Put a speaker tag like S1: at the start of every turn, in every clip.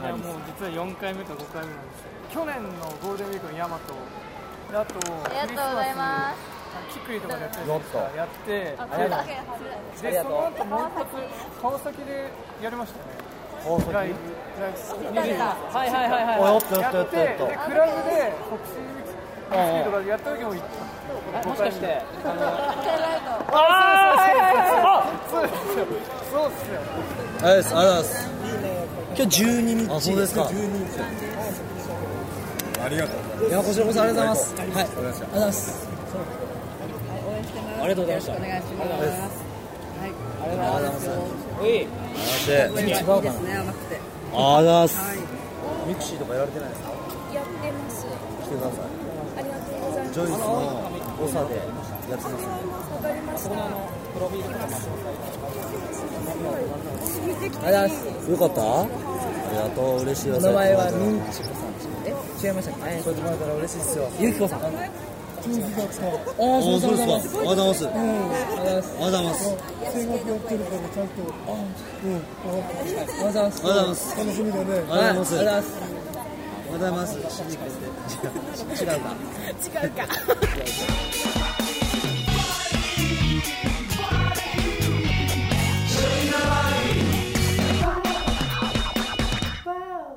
S1: いやもう実は4回目か5回目なんですけど去年のゴールデンウィークのヤマトであとクリスマス
S2: ありがとうございます
S1: キクリとかでやってるじゃないですか
S3: ヨット
S1: やって
S2: あ、
S3: ありがとうあり
S1: で
S3: が
S1: そ
S3: とう
S1: の後もう一つ川崎でやりましたね
S3: 大阪
S1: ライ
S3: に
S1: ブライブ
S2: 誰だ
S4: はいはいはいはい
S3: お
S4: はい
S3: やったや
S1: や
S3: ったや
S1: っ
S3: ってたや
S1: で
S3: っ
S1: クラブ
S3: た
S1: で北進キクリとかでやった時も行った
S4: あもしかしてあの
S1: そうですよそうですよ
S3: ありがとうございます今日12日あそうですか
S5: ありがとう
S3: いやこちらこそありがとうございますはいありがとうございます
S6: 応援して
S3: あ
S6: ます。
S3: りがとうございました
S6: よろしくお願いします。はい、あ
S3: がとうご
S6: り
S3: ざいます
S4: お
S3: 楽しい
S4: い
S6: いいですね、甘くて。
S3: ありがとうございます
S6: はい。
S3: ミクシーとかやられてないですか
S7: やってます。
S3: 来てください
S7: ありがとうございます。
S3: ジョイスの誤差でやってます
S7: わかりました。
S3: ありがとうございますよかったありがとう嬉しいわ名前はミンチコさんえ違いましたえそうやってもらえたら嬉しいですよゆきこさんああそうですかありがとうございますありがとうございますありがとうございますありがとうございます楽しみだねありがとうございますおはようございます違う違うな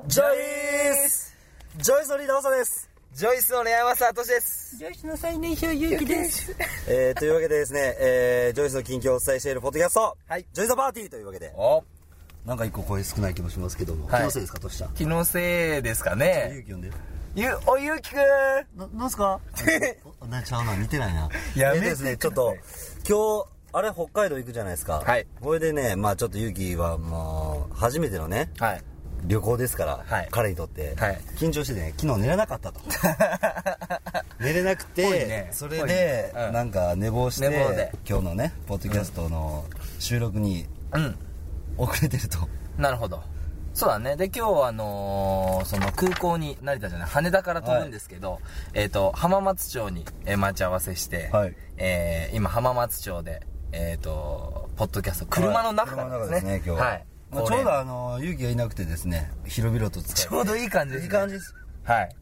S3: ジョイスジョイスのリーダーオサですジョイスのレアマスアトシですジョイスの最年少ゆうきです
S8: えー、というわけでですね、えー、ジョイスの近況をお伝えしているポッドキャスト、
S3: はい
S8: ジョイスのパーティーというわけで、
S5: お
S8: なんか一個声少ない気もしますけども、
S5: はい
S8: 気のせいですか、としちゃん。
S5: 気のせいですか
S8: 勇
S5: ね
S8: 気呼んで。
S5: ゆおゆうきくん
S8: な、なんすかお な、ちゃうな、似てないな。
S5: やめ
S8: えーとですね、ちょっと、今日、あれ、北海道行くじゃないですか。
S5: はい
S8: これでね、まあちょっと勇気はもう、初めてのね、
S5: はい
S8: 旅行ですから、
S5: はい
S8: 彼にとって、
S5: はい
S8: 緊張してね昨日寝れなかった と寝れなくて、
S5: ぽいね
S8: それで、
S5: ぽいねうん
S8: なんか寝坊して
S5: 寝坊で
S8: 今日のねポッドキャストの収録に
S5: うん
S8: 遅れてると、
S5: なるほどそうだねで今日あのーその空港に成田じゃない羽田から飛ぶんですけど、えっ、と浜松町にえー待ち合わせして、
S8: はい
S5: えー今浜松町でえっ、とポッドキャスト車の中
S8: 車
S5: な
S8: の
S5: ん
S8: 中
S5: で
S8: ですす
S5: ね
S8: ね今日
S5: はい
S8: まあ、
S5: こ
S8: ち
S5: れ
S8: ょうどあの勇気がいなくてですね広々と使
S5: ちょうどいい感じです、
S8: い
S5: ね、
S8: い感じです
S5: はい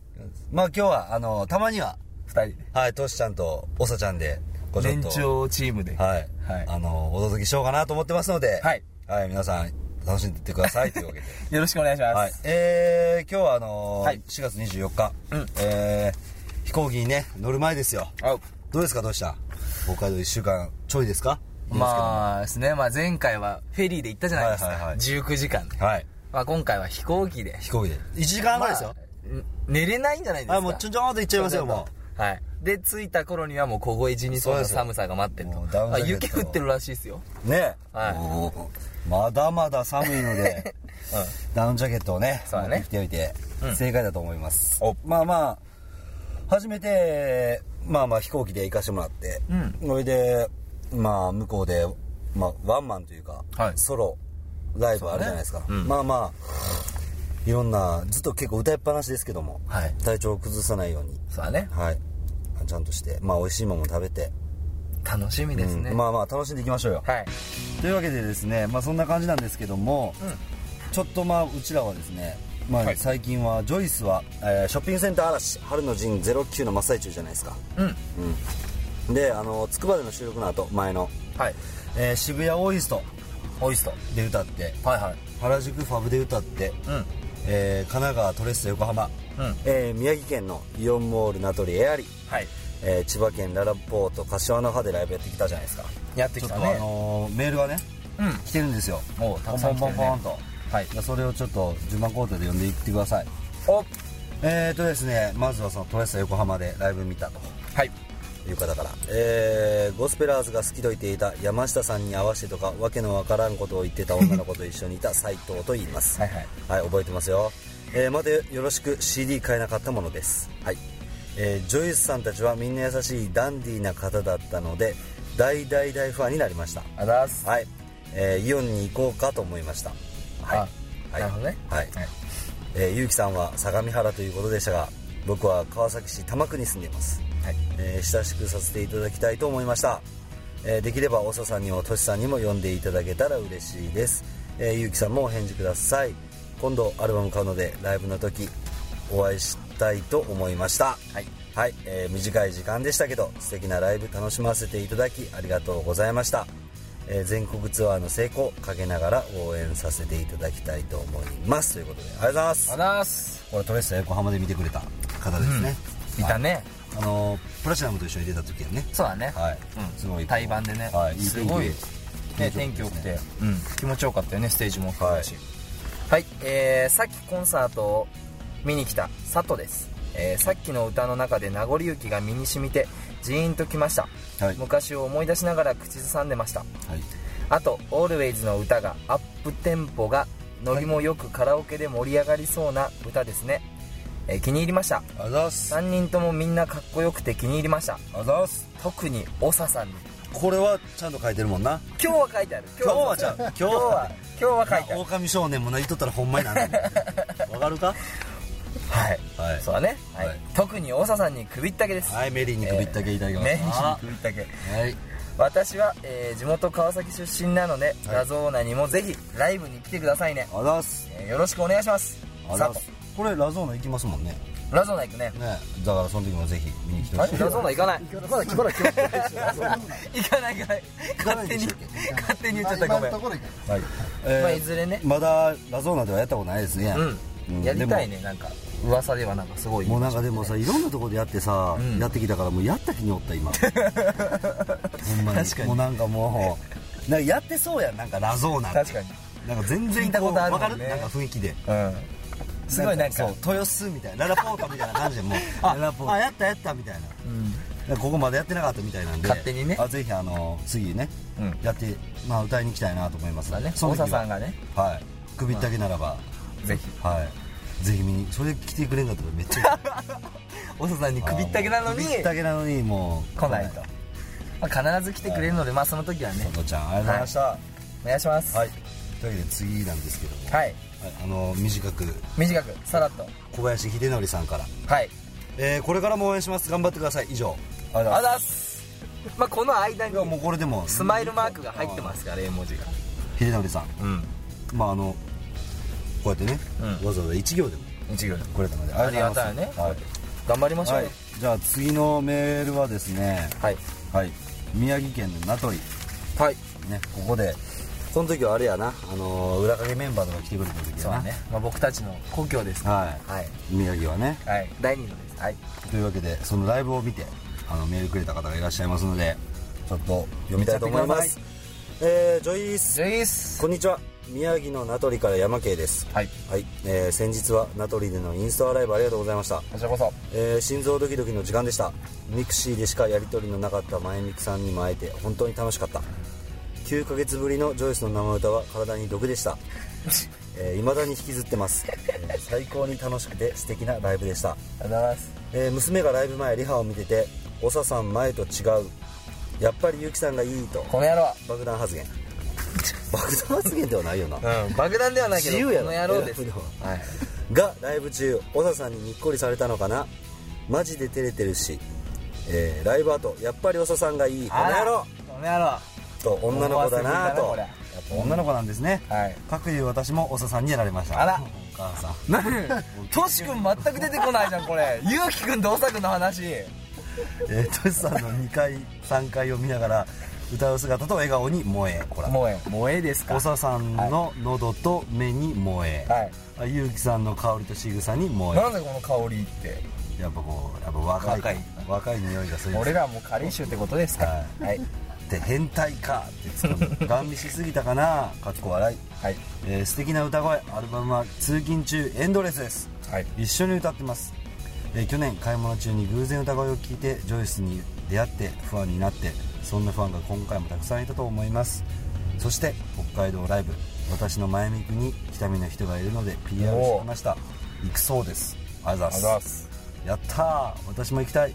S8: まあ今日はあのたまには
S5: 2人で
S8: はいトシちゃんとおさちゃんでごちょっ
S5: 年
S8: と
S5: 長チームで
S8: はい、
S5: はい
S8: あのお届けしようかなと思ってますので
S5: はい、
S8: はい、皆さん楽しんでいってくださいというわけで
S5: よ ろしくお願いします、
S8: はい、えー、今日はあのー
S5: はい
S8: 4月24日、
S5: うん
S8: えー飛行機にね乗る前ですよ
S5: あ
S8: どうですかどうした北海道1週間ちょいですか
S5: まあですね、まあ、前回はフェリーで行ったじゃないですか、
S8: はいはいはい
S5: 19時間で、
S8: はい
S5: まあ、今回は飛行機で
S8: 飛行機で1時間ぐらいですよ、
S5: まあん寝れないんじゃないですか
S8: あ、もうちょんちょんと行っちゃいますよも
S5: うはいで着いた頃にはもう凍え死に
S8: そ
S5: そう
S8: う
S5: な
S8: ですよ
S5: 寒さが待ってる
S8: もう
S5: と
S8: ダウン
S5: あ
S8: ジャケット
S5: 雪降ってるらしいですよ
S8: うね
S5: はい
S8: もうまだまだ寒いの で、ダウンジャケットをね
S5: そうだ
S8: 持
S5: ね
S8: ってきておいて、
S5: うん
S8: 正解だと思います
S5: お
S8: まあまあ初めてまあまあ飛行機で行かしてもらって、
S5: うん
S8: それでまあ向こうで、まあ、ワンマンというか、
S5: はい
S8: ソロライブあるじゃないですか、
S5: うん
S8: まあまあいろんなずっと結構歌いっぱなしですけども、
S5: はい
S8: 体調を崩さないように
S5: そうだね
S8: はいちゃんとしてまあ美味しいものも食べて
S5: 楽しみですね、
S8: うんまあまあ楽しんでいきましょうよ
S5: はい
S8: というわけでですねまあそんな感じなんですけども、ちょっとまあうちらはですねま
S5: は
S8: あ
S5: い
S8: 最近はジョイスは、えーショッピングセンター嵐春の陣09の真っ最中じゃないですか
S5: うん
S8: うんであの筑波での収録の後前の、
S5: はい
S8: えー渋谷オイスト
S5: オイスト
S8: で歌って
S5: はいはい
S8: 原宿ファブで歌って、
S5: うん
S8: えー神奈川トレッソ横浜、
S5: うん
S8: えー宮城県のイオンモール名取エアリー、
S5: はい
S8: えー千葉県ララポート柏の葉でライブやってきたじゃないですか
S5: やってき
S8: ちょ
S5: た
S8: っとあ
S5: ね
S8: のーメールがね
S5: うん
S8: 来てるんですよ
S5: おうたくさん来て
S8: ポンポ
S5: るね
S8: ンポンポンと、
S5: はい
S8: それをちょっと順番交代で読んでいってください
S5: お
S8: えーとですねまずはそのトレッサ横浜でライブ見たと
S5: はい
S8: いう方から、えーゴスペラーズが好きと言っていた山下さんに合わせてとかわけのわからんことを言ってた女の子と一緒にいた斎藤と言います
S5: はいはい
S8: はい、覚えてますよ、えーまだよろしく CD 買えなかったものですはい、えージョイスさんたちはみんな優しいダンディーな方だったので大大大ファンになりました
S5: あざーす
S8: はい、えーイオンに行こうかと思いましたはい
S5: あなるほどね
S8: はい、
S5: はい
S8: えーゆうきさんは相模原ということでしたが僕は川崎市多摩区に住んでいます、
S5: はい
S8: えー親しくさせていただきたいと思いました、えーできればおささんにもとしさんにも呼んでいただけたら嬉しいです、えー、ゆうきさんもお返事ください今度アルバム買うのでライブの時お会いしたいと思いました
S5: はい、
S8: はいえー短い時間でしたけど素敵なライブ楽しませていただきありがとうございました、えー全国ツアーの成功陰ながら応援させていただきたいと思いますということでありがとうございます
S5: あざーす
S8: これトレッサ横浜で見てくれた方ですね、
S5: いたね
S8: あのプラチナムと一緒に出た時はね
S5: そうだね
S8: はい、
S5: うん
S8: すごい
S5: 対バンでね
S8: はい、いい
S5: すごいね天気良くて、うん、気持ちよかったよねステージも大きいしはい、えー、さっきコンサートを見に来た佐藤です、えー、さっきの歌の中で名残雪が身に染みてジーンときました、
S8: はい
S5: 昔を思い出しながら口ずさんでました
S8: はい
S5: あと「Always」の歌がアップテンポがノリもよくカラオケで盛り上がりそうな歌ですね、えー気に入りました
S8: あざっす
S5: 3人ともみんなかっこよくて気に入りました
S8: あざっす
S5: 特に長さんに
S8: これはちゃんと書いてるもんな
S5: 今日は書いてある
S8: 今日はじゃん今日
S5: 今日は今日は書いてある
S8: 狼少年もな言っとったらほんまになんだね わかるか
S5: はい、
S8: はい
S5: そうだね、はい
S8: はい
S5: 特に長さんに首ったけです、
S8: はいメリーに首ったけいただきます、
S5: メリーに首ったけ
S8: はい
S5: 私は、えー地元川崎出身なので、ラゾーナにもぜひライブに来てくださいね、
S8: あざっす
S5: えーよろしくお願いします
S8: あざっすこれラゾーナ行きますもんね
S5: 佐藤ラゾーナ行くね
S8: ねだからその時もぜひ見に来てほ
S5: あ
S8: し
S5: れ
S8: い
S5: ラゾーナ行かない
S3: まだしばらく今日
S5: 行かない行かない勝手に勝手に言っちゃったごめん、ま
S8: はい、えー
S5: あ、いずれね
S8: まだラゾーナではやったことないですね
S5: う
S8: うんん
S5: やりたいねなんか噂ではなんかすごい
S8: もうなんかでもさいろんなところでやってさ、
S5: うん
S8: やってきたからもうやった気におった 今ほんまに
S5: 確かに
S8: もうなんかもうなんかやってそうやんなんかラゾーナって
S5: 確かに
S8: なんか全然
S5: 聞いたことあるもんね
S8: わかるなんか雰囲気で
S5: うんすごいなんか
S8: そう豊洲みたいなララポートみたいな感じでもう
S5: あ
S8: ララポートあやったやったみたいな
S5: うん
S8: なんかここまでやってなかったみたいなんで
S5: 勝手にね
S8: あぜひあの次ね、
S5: うん
S8: やってまあ歌いに行きたいなと思います
S5: だね
S8: その
S5: 長
S8: 時は
S5: さんがね
S8: はい首ったけならば、
S5: ぜひ
S8: はいぜひ見にそれ来てくれんかったらめっちゃ
S5: 長さんに首ったけなのに
S8: 首ったけなのにもう
S5: 来ないと、まあ、必ず来てくれるので、まあその時はね
S8: 佐藤ちゃんありがとうございましたは
S5: お願いします
S8: い、というわけで次なんですけども、は
S5: はい
S8: い、あの短く
S5: 短くさらっと
S8: 小林秀則さんから、
S5: はい
S8: えーこれからも応援します頑張ってください以上あり
S5: あざっすまあこの間
S8: いやもう
S5: に
S8: これでも
S5: スマイルマークが入ってますから絵文字が
S8: 秀則さん
S5: うん
S8: まああのこうやってね、
S5: うん
S8: わざわざ1行でも
S5: 一行
S8: くれたので
S5: ありがたいね
S8: ありがとうございます
S5: 頑張りましょ
S8: は
S5: う
S8: い、
S5: よ
S8: はいじゃあ次のメールはですね
S5: はい
S8: はい宮城県の名取
S5: はい
S8: ねここでこの時はあれやなあのー裏影メンバーとか来てくれた時
S5: そう
S8: やな
S5: だね、まあ、僕たちの故郷です
S8: は
S5: はい
S8: い宮城はね
S5: はい第二のですはい
S8: というわけでそのライブを見てあのメールくれた方がいらっしゃいますのでちょっと読みたいと思いますえー、ジョイス
S5: ジェイス
S8: こんにちは宮城の名取から山系です
S5: はい
S8: はい、えー先日は名取でのインスタライブありがとうございました
S5: こちらこそ
S8: えー心臓ドキドキの時間でしたミクシーでしかやり取りのなかった前ミクさんにも会えて本当に楽しかった9ヶ月ぶりのジョイスの生歌は体に毒で したいま、えー未だに引きずってます、えー最高に楽しくて素敵なライブでした、
S5: ありがとうございます
S8: えー娘がライブ前リハを見てて「長さん前と違う」「やっぱりゆきさんがいい」と
S5: この野郎
S8: 爆弾発言 爆弾発言ではないよな
S5: うん爆弾ではないけど
S8: 自由やろ
S5: この野郎です
S8: 選ぶのは
S5: はい
S8: がライブ中小田さんににっこりされたのかなマジで照れてるし、えーライブ後やっぱり小田さんがいいこの野郎
S5: この野郎
S8: と女の子だなと
S5: 思わせぶりだなこれ
S8: やっぱ女の子なんですね
S5: はい
S8: かくいう私も小田さんにやられました
S5: あら
S8: お母さん
S5: トシ君全く出てこないじゃんこ れゆうき君とおさくんの話
S8: えートシさんの2回3回を見ながら歌う姿と笑顔に萌えこら
S5: 萌え萌えですか
S8: 小田さんの喉と目に萌え、
S5: はい
S8: あゆうきさんの香りと仕草に萌
S5: なんでこの香りって
S8: えやっぱこうやっぱ若い
S5: 若い
S8: 若い匂いがする
S5: 俺らもカリー臭ってことですか
S8: は
S5: はい
S8: って変態かってつかむガン見しすぎたかなかっこ笑い、
S5: はい
S8: えー素敵な歌声アルバムは通勤中エンドレスです
S5: はい
S8: 一緒に歌ってます、えー去年買い物中に偶然歌声を聞いてジョイスに出会ってファンになってそんなファンが今回もたくさんいたと思いますそして北海道ライブ私の前向きに北見の人がいるので PR してきました行くそうですありがとうございます
S5: す
S8: やったー私も行きたい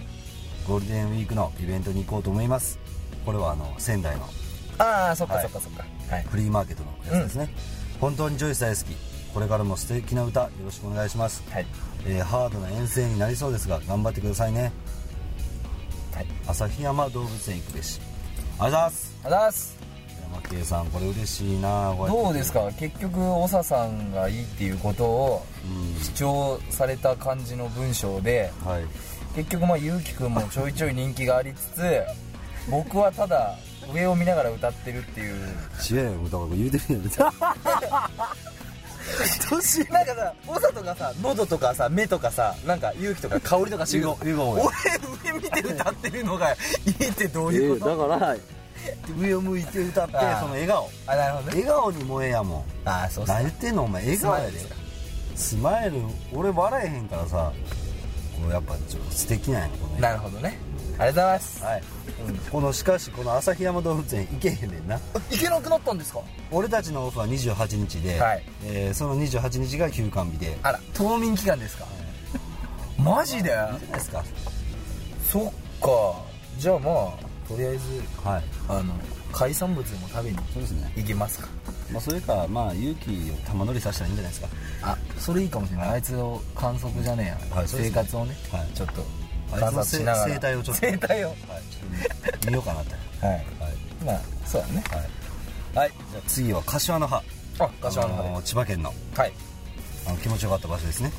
S8: ゴールデンウィークのイベントに行こうと思いますこれはあの仙台の
S5: ああそっか
S8: はい
S5: そっかそっかはい
S8: フリーマーケットのやつですね、本当にジョイス大好きこれからも素敵な歌よろしくお願いします、
S5: はい
S8: えーハードな遠征になりそうですが頑張ってくださいね
S5: はい
S8: 旭山動物園行くべしありがとうございます
S5: あざーす
S8: 山 K さんこれ嬉しいなこやって
S5: どうですか結局長さんがいいっていうことを
S8: う
S5: 主張された感じの文章で
S8: んはい
S5: 結局まあゆうきくんもちょいちょい人気がありつつ僕はただ上を見ながら歌ってるっていう
S8: 違えよだから言うてみよ
S5: 年なんかさ長とかさ喉とかさ目とかさなんか勇気とか香りとか
S8: 主語ゆご
S5: 俺上見て歌ってるのがいいってどう
S8: え
S5: いう
S8: え
S5: こと、
S8: だから上を向いて歌って
S5: あー
S8: その笑顔
S5: あなるほどね
S8: 笑顔に燃えやもん
S5: ああそうそう
S8: 何言ってんのお前笑顔やでスマイル俺笑えへんからさこれやっぱちょっと素敵なんやねこの
S5: なるほどねありがとうございます
S8: はい、このしかしこの旭山動物園行けへんねんな
S5: 行けなくなったんですか
S8: 俺たちのオフは28日で、
S5: はい
S8: えーその28日が休館日で
S5: あら冬眠期間ですかマ
S8: い
S5: ジで
S8: いじゃないですか
S5: そっかじゃあまあとりあえず
S8: はい
S5: あの海産物でも食べに
S8: そうですね、
S5: 行けますか
S8: まあ、それかまあ勇気を玉乗りさせたらいいんじゃないです
S5: あそれいいかもしれないあいつを観測じゃねえや、
S8: はいそうですね
S5: 生活をね、
S8: はい
S5: ちょっと
S8: かあい
S5: 観
S8: つの
S5: 察
S8: せ
S5: しながら
S8: 生態をちょっと
S5: 生態をは
S8: はい、ちょっと見ようかなとはい
S5: まあそうだね
S8: い、はい、じゃあ次は柏の葉
S5: あ柏の葉で
S8: あのー千葉県の
S5: はい
S8: あの気持ちよかった場所ですね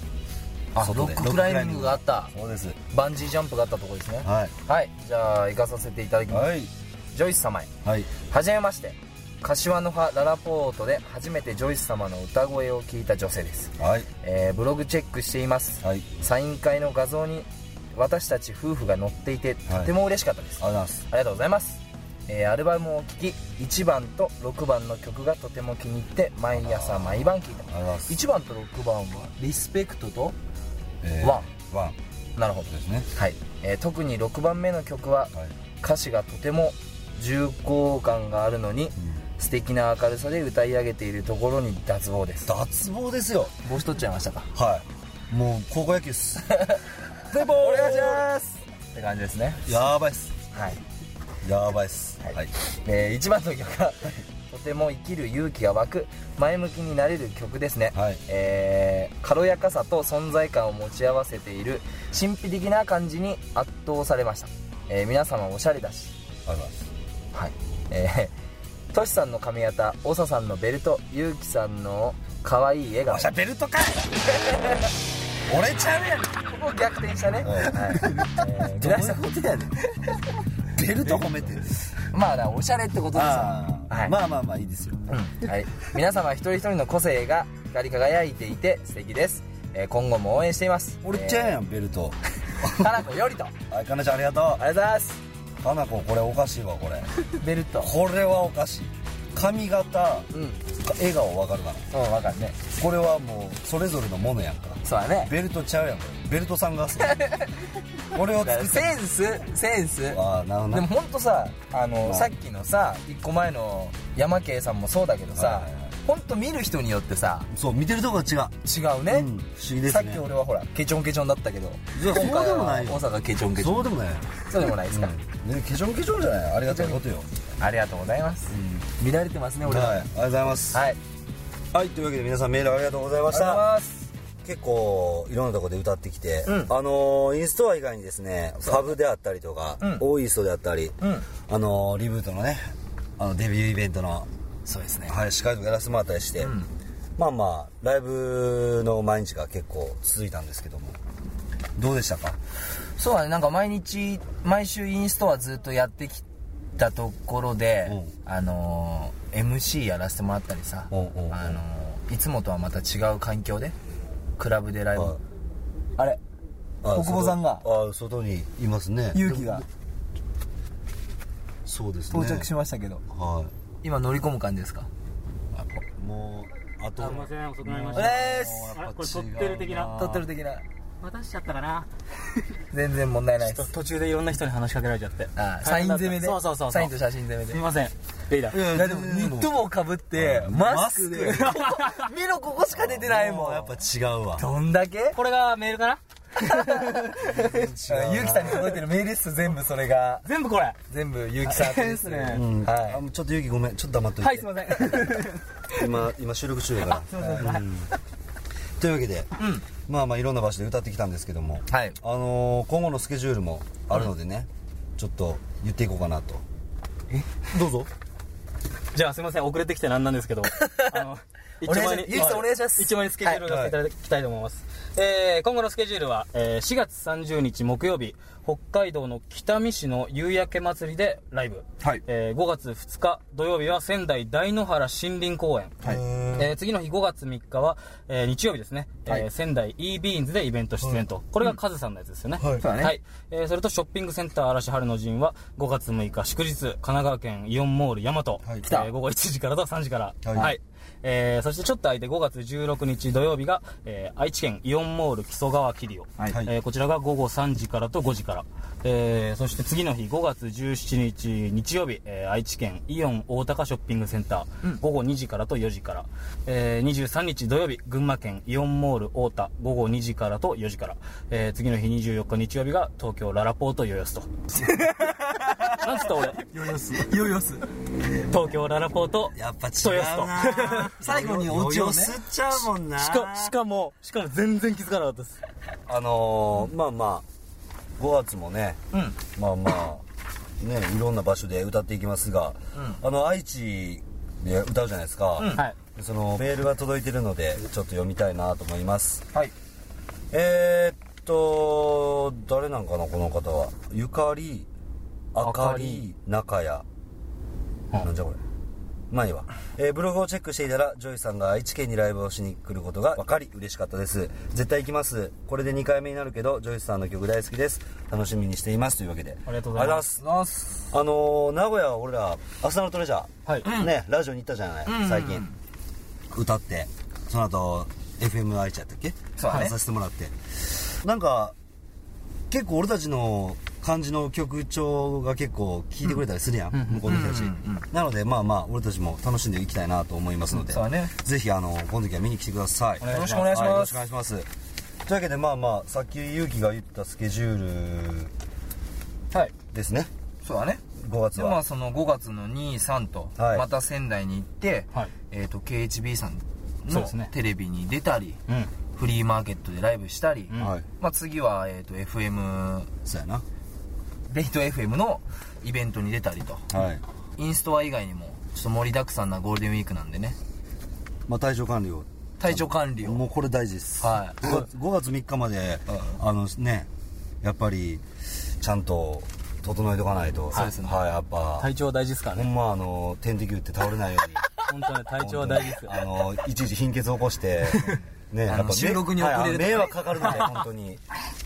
S5: あ
S8: 外
S5: ロ
S8: で
S5: ッククライミングがあった
S8: そうです
S5: バンジージャンプがあったところですね
S8: はい
S5: はいじゃあ行かさせていただきます、
S8: い
S5: ジョイス様へ
S8: はい
S5: はじめまして柏の葉ララポートで初めてジョイス様の歌声を聞いた女性です、
S8: はい
S5: えーブログチェックしています、
S8: はい
S5: サイン会の画像に私たち夫婦が載っていてとても嬉しかったです、
S8: ありがとうございます
S5: ありがとうございます、えーアルバムを聴き1番と6番の曲がとても気に入って毎朝毎晩聴いて
S8: ありがとうござ
S5: ま
S8: います
S5: す1番と6番はリスペクトと
S8: え
S5: ワ
S8: ンワン
S5: なるほど
S8: ですね
S5: はい、えー特に6番目の曲は
S8: はい
S5: 歌詞がとても重厚感があるのに、素敵な明るさで歌い上げているところに脱帽です
S8: 脱帽ですよ
S5: 帽子取っちゃいましたか
S8: はいもう高校野球っ す
S5: 脱帽お願いしますって感じですね
S8: やばいっす
S5: はい、
S8: やばいっすは、
S5: はいいえ1番の曲がとても生きる勇気が湧く前向きになれる曲ですね、
S8: はい
S5: えー軽やかさと存在感を持ち合わせている神秘的な感じに圧倒されました、えー皆様おしゃれだし
S8: ありがとうございます
S5: はいえー、トシさんの髪型オサさんのベルトユウキさんの可愛い笑顔
S8: わしゃベルト かい俺ちゃうやん
S5: ここ逆転したね、
S8: はい
S5: はいえー、皆さん
S8: ことやねんベルト褒めてる
S5: まあなおしゃれってことですよ
S8: ああ、
S5: はい
S8: まあまあまあいいですよ
S5: うんはい、皆様一人一人の個性が光り輝いていて素敵です、えー今後も応援しています
S8: 俺ちゃうやんベルト
S5: えー花子よりとあり
S8: はいかなち ゃんありがと
S5: がとうございます
S8: うかなここれおかしいわこれ
S5: ベルト
S8: これはおかしい髪型
S5: うんうん
S8: 笑顔わかるかな
S5: 分かるね
S8: これはもうそれぞれのものやんか
S5: そうだね
S8: ベルトちゃうやんこれベルトさんが これを
S5: だか
S8: 作
S5: ら
S8: って
S5: センスセンス
S8: ああなるほど
S5: で
S8: な
S5: も本当さあの、
S8: うん
S5: さっきのさ1個前の山系さんもそうだけど
S8: は
S5: さ
S8: いはいはい
S5: 本当見る人によってさ
S8: そう見てるとこが違う
S5: 違うね,、
S8: うん不思議ですね
S5: さっき俺はほらケチョンケチョンだったけど
S8: いや
S5: 今
S8: そう
S5: 回
S8: でもな
S5: はい
S8: よ
S5: 大阪ケチョンケチョン
S8: そうでもないよ
S5: そうでもないですか、
S8: ね化粧化粧じゃないありがたいことよ
S5: ありがとうございます、見られてますね
S8: はい
S5: 俺
S8: あ
S5: らは
S8: りがとうございます
S5: はいあり
S8: はいというわけで皆さんメールありがとうございま
S5: がと
S8: し
S5: うござ
S8: た
S5: います
S8: 結構いろんなとこで歌ってきて、
S5: うん
S8: あのーインストア以外にですねファブであったりとか、
S5: うん
S8: オーイーストであったり、
S5: うん
S8: あのーリブートのねあのデビューイベントの、
S5: そうですね
S8: はい、司会とかやらせてもらったりして、
S5: ん
S8: まあまあライブの毎日が結構続いたんですけどもどうでしたか
S5: そうだねなんか毎日毎週インストはずっとやってきたところで、
S8: う
S5: あのー MC やらせてもらったりさ、
S8: うんうんうん
S5: あのーいつもとはまた違う環境でクラブでライブ、
S8: はい
S5: あれ
S8: あ
S5: 小久保さんが
S8: 外あ外にいますね
S5: 勇気が
S8: そうですね
S5: 到着しましたけど、
S8: はい
S5: 今乗り込む感じですか
S8: やっぱもうあと
S1: すいません遅くなりま
S5: お
S1: した
S5: 疲れっす
S1: あれこれ撮ってる的な
S5: 撮ってる的な
S1: 待たしちゃったかな
S5: 全然問題ないです
S4: 途中でいろんな人に話しかけられちゃって
S5: あーサイン攻めで
S4: そうそうそうそう
S5: サインと写真攻めです
S4: みませんレイダー
S5: いやでもニット帽かぶって
S8: うん
S5: マスクで
S8: マス
S5: ここ目のここしか出てないもん
S8: やっぱ違うわ
S5: どんだけ
S4: これがメールかな
S5: うんゆうきさんに届いてるメールです全部それが
S4: 全部これ
S5: 全部ゆうきさん宛てですね
S8: うんあ
S5: は
S8: もうちょっと勇気ごめんちょっと黙っといて
S4: はいすいませ ん
S8: 今今収録中だからうんというわけで、まあまあいろんな場所で歌ってきたんですけども、
S5: はい
S8: あのー今後のスケジュールもあるのでね、ちょっと言っていこうかなとどうぞ
S4: じゃあすみません遅れてきてなんなんで すけどあの
S5: お願いしますゆうきさん
S4: は
S5: お願いします
S4: 一番にスケジュールがいただきたいと思います、えー今後のスケジュールは、えー4月30日木曜日北海道の北見市の夕焼け祭りでライブ、
S5: はい
S4: えー5月2日土曜日は仙台大野原森林公園、
S5: はい
S4: えー次の日5月3日は、えー日曜日ですね、
S5: はい
S4: えー仙台 e ビーンズでイベント出演と、これがカズさんのやつですよね、
S5: いそうだね
S4: えーそれとショッピングセンター嵐春の陣は5月6日祝日神奈川県イオンモール大和、
S8: い
S4: えー午後1時からと3時から
S8: は
S4: はいい、えーそしてちょっと空いて5月16日土曜日が、えー愛知県イオンモール木曽川桐生、
S5: はい
S8: はい
S4: えーこちらが午後3時からと5時から、えーそして次の日5月17日日曜日、えー愛知県イオン大高ショッピングセンター、午後2時からと4時から、えー23日土曜日群馬県イオンモール大田午後2時からと4時から、えー次の日24日日曜日が東京ララポートヨヨスとなんつった俺
S8: ヨヨス
S5: ヨヨス
S4: 東京ララポート
S8: やっぱ違
S4: ヨヨス
S8: う
S4: と
S8: な
S5: 最後にオチをね
S8: すっちゃうもんな
S4: しかしかもしかも全然気づかなかったです
S8: あのーまあまあ5月もね、まあまあねいろんな場所で歌っていきますが、あの愛知で歌うじゃないですか、
S4: はい
S8: そのメールが届いてるのでちょっと読みたいなと思います
S5: はい
S8: えー、っと誰なんかなこの方はゆかりあかり中谷なんじゃこれまあいいわ、えーブログをチェックしていたらジョイさんが愛知県にライブをしに来ることが分かり嬉しかったです絶対行きますこれで2回目になるけどジョイさんの曲大好きです楽しみにしていますというわけで
S4: ありがとうございま
S8: あ
S4: す
S8: りがとうございますあのー名古屋は俺ら「アスナのトレジャー」
S4: は
S8: ねラジオに行ったじゃない、最近歌ってその後 FM 愛知やったっけ
S5: そうだね
S8: 話させてもらってなんか結構俺たちの感じの曲調が結構聞いてくれたりするやん、向こうの人たち、なのでまあまあ俺たちも楽しんでいきたいなと思いますので、
S5: そうだね
S8: ぜひあのこの時は見に来てください
S5: よろしくお願いし
S8: はいよ
S5: ま
S8: ろしく
S5: す
S8: お願いしますというわけでまあまあさっきゆうきが言ったスケジュール
S5: はい
S8: ですね
S5: そうだね
S8: 5月
S5: でまあ
S8: は
S5: その5月の23と、
S8: はい
S5: また仙台に行って、
S4: はい
S5: えー、と KHB さん
S4: そう
S5: の
S4: ですね
S5: テレビに出たり、
S4: うん
S5: フリーマーケットでライブしたり、
S4: うん
S8: はい
S5: まあ、次は、えー、と FM
S8: そうやな
S5: ベイト FM のイベントに出たりと
S8: はい
S5: インストア以外にもちょっと盛りだくさんなゴールデンウィークなんでね
S8: まあ体調管理を
S5: 体調管理を
S8: もうこれ大事です、
S5: はい
S8: 5, 月5月3日まで、あのねやっぱりちゃんと整えとかないと
S5: そうですね
S8: はいやっぱ、
S4: 体調大事ですから
S8: ほ
S4: ね
S8: んまあの点滴打って倒れないよ うに
S4: 本当に体調は大事ですよ
S8: あのいちいち貧血起こして ね
S5: あの
S8: やっぱ
S5: 収録に遅れるとかね
S8: はい迷惑かかるので本当に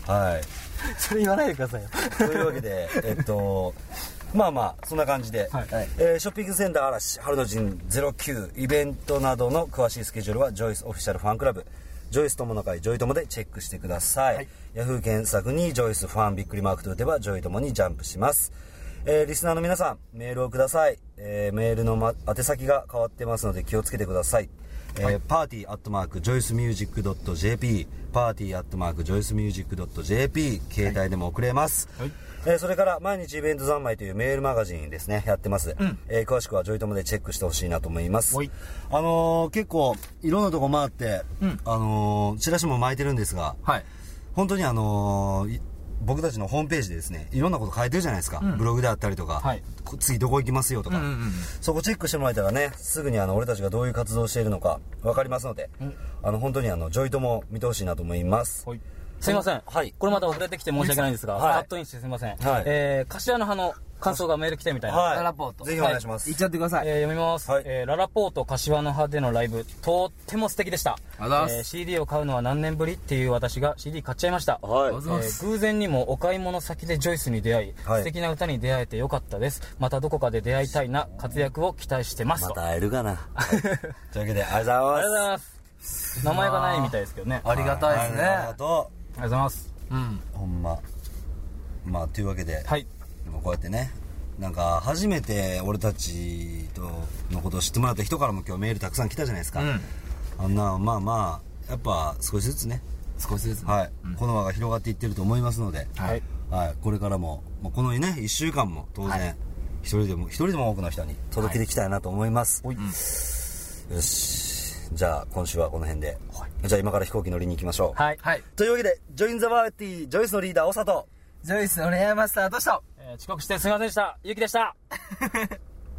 S8: はい
S4: それ言わないでくださいよ
S8: というわけでえっとまあまあそんな感じで、
S4: はい
S8: えーショッピングセンター嵐春の陣09イベントなどの詳しいスケジュールはジョイスオフィシャルファンクラブジョイス友の会ジョイ友でチェックしてください、ヤフー検索にジョイスファンびっくりマークと打てばジョイ友にジャンプしますえーリスナーの皆さんメールをください、えーメールの、ま、宛先が変わってますので気をつけてくださいえーパーティーアットマークジョイスミュージックドット JP パーティーアットマークジョイスミュージックドット JP 携帯でも送れます、えーそれから毎日イベント三昧というメールマガジンですねやってます、えー詳しくはジョイトモでチェックしてほしいなと思います
S4: はい
S8: あのー結構いろんなとこ回って、あのーチラシも巻いてるんですが
S5: はい
S8: 本当にあのーい僕たちのホームページでですねいろんなこと書いてるじゃないですか、ブログであったりとか、
S4: はい
S8: こ次どこ行きますよとか、そこチェックしてもらえたらねすぐにあの俺たちがどういう活動をしているのか分かりますので、あの本当にあのジョイトも見てほしいなと思います、
S4: すいません、
S8: はい
S4: これまた遅れてきて申し訳ないんですが、
S8: はい
S4: カットインしてすいません、
S8: はい
S4: えー、柏の葉の感想がメール来てみたいな、
S8: はい
S5: ララポート
S8: ぜひお願いします、
S5: 行っちゃってください、
S4: えー読みます、
S8: はい
S4: えーララポート柏の葉でのライブとっても素敵でした
S5: ありがとうございます
S4: えー CD を買うのは何年ぶりっていう私が CD 買っちゃいました、
S8: はい
S5: ありがとうございます
S4: えー偶然にもお買い物先でジョイスに出会い、
S8: はい
S4: 素敵な歌に出会えてよかったですまたどこかで出会いたいな活躍を期待してます
S8: ま
S4: と
S8: た会えるかなはいというわけでありがとうご
S4: ありがとうご
S8: ざい
S4: ざい
S8: ま
S4: ます名前がないみたいですけどねあ
S5: ありがたい
S8: す
S5: ですね、
S8: ありがと
S4: りがとうございます
S5: うん
S8: うほんままあというわけで、
S4: はい
S8: でもこうやってねなんか初めて俺たちとのことを知ってもらった人からも今日メールたくさん来たじゃないですか、
S5: うん
S8: あんなまあまあやっぱ少しずつね、
S5: 少しずつね、
S8: はいこの輪が広がっていってると思いますので、
S5: はい
S8: はいこれからも、まあ、このね1週間も当然、一人でも一人でも多くの人に届けていきたいなと思います、よしじゃあ今週はこの辺で、じゃあ今から飛行機乗りに行きましょう、
S4: はい、
S5: はい
S8: というわけでジョイン・ザ・バーティージョイスのリーダーおさと
S5: ジョイスの恋愛マスターとした
S4: えー遅刻してすいませんでしたゆうきでした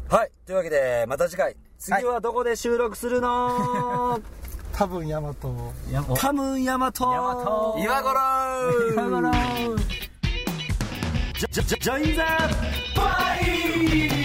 S8: はいというわけでまた次回次はどこで収録するの、
S1: 多分ヤマト
S4: やお
S8: 多分ヤマト
S5: 今頃
S8: ジョジョジョインザバイ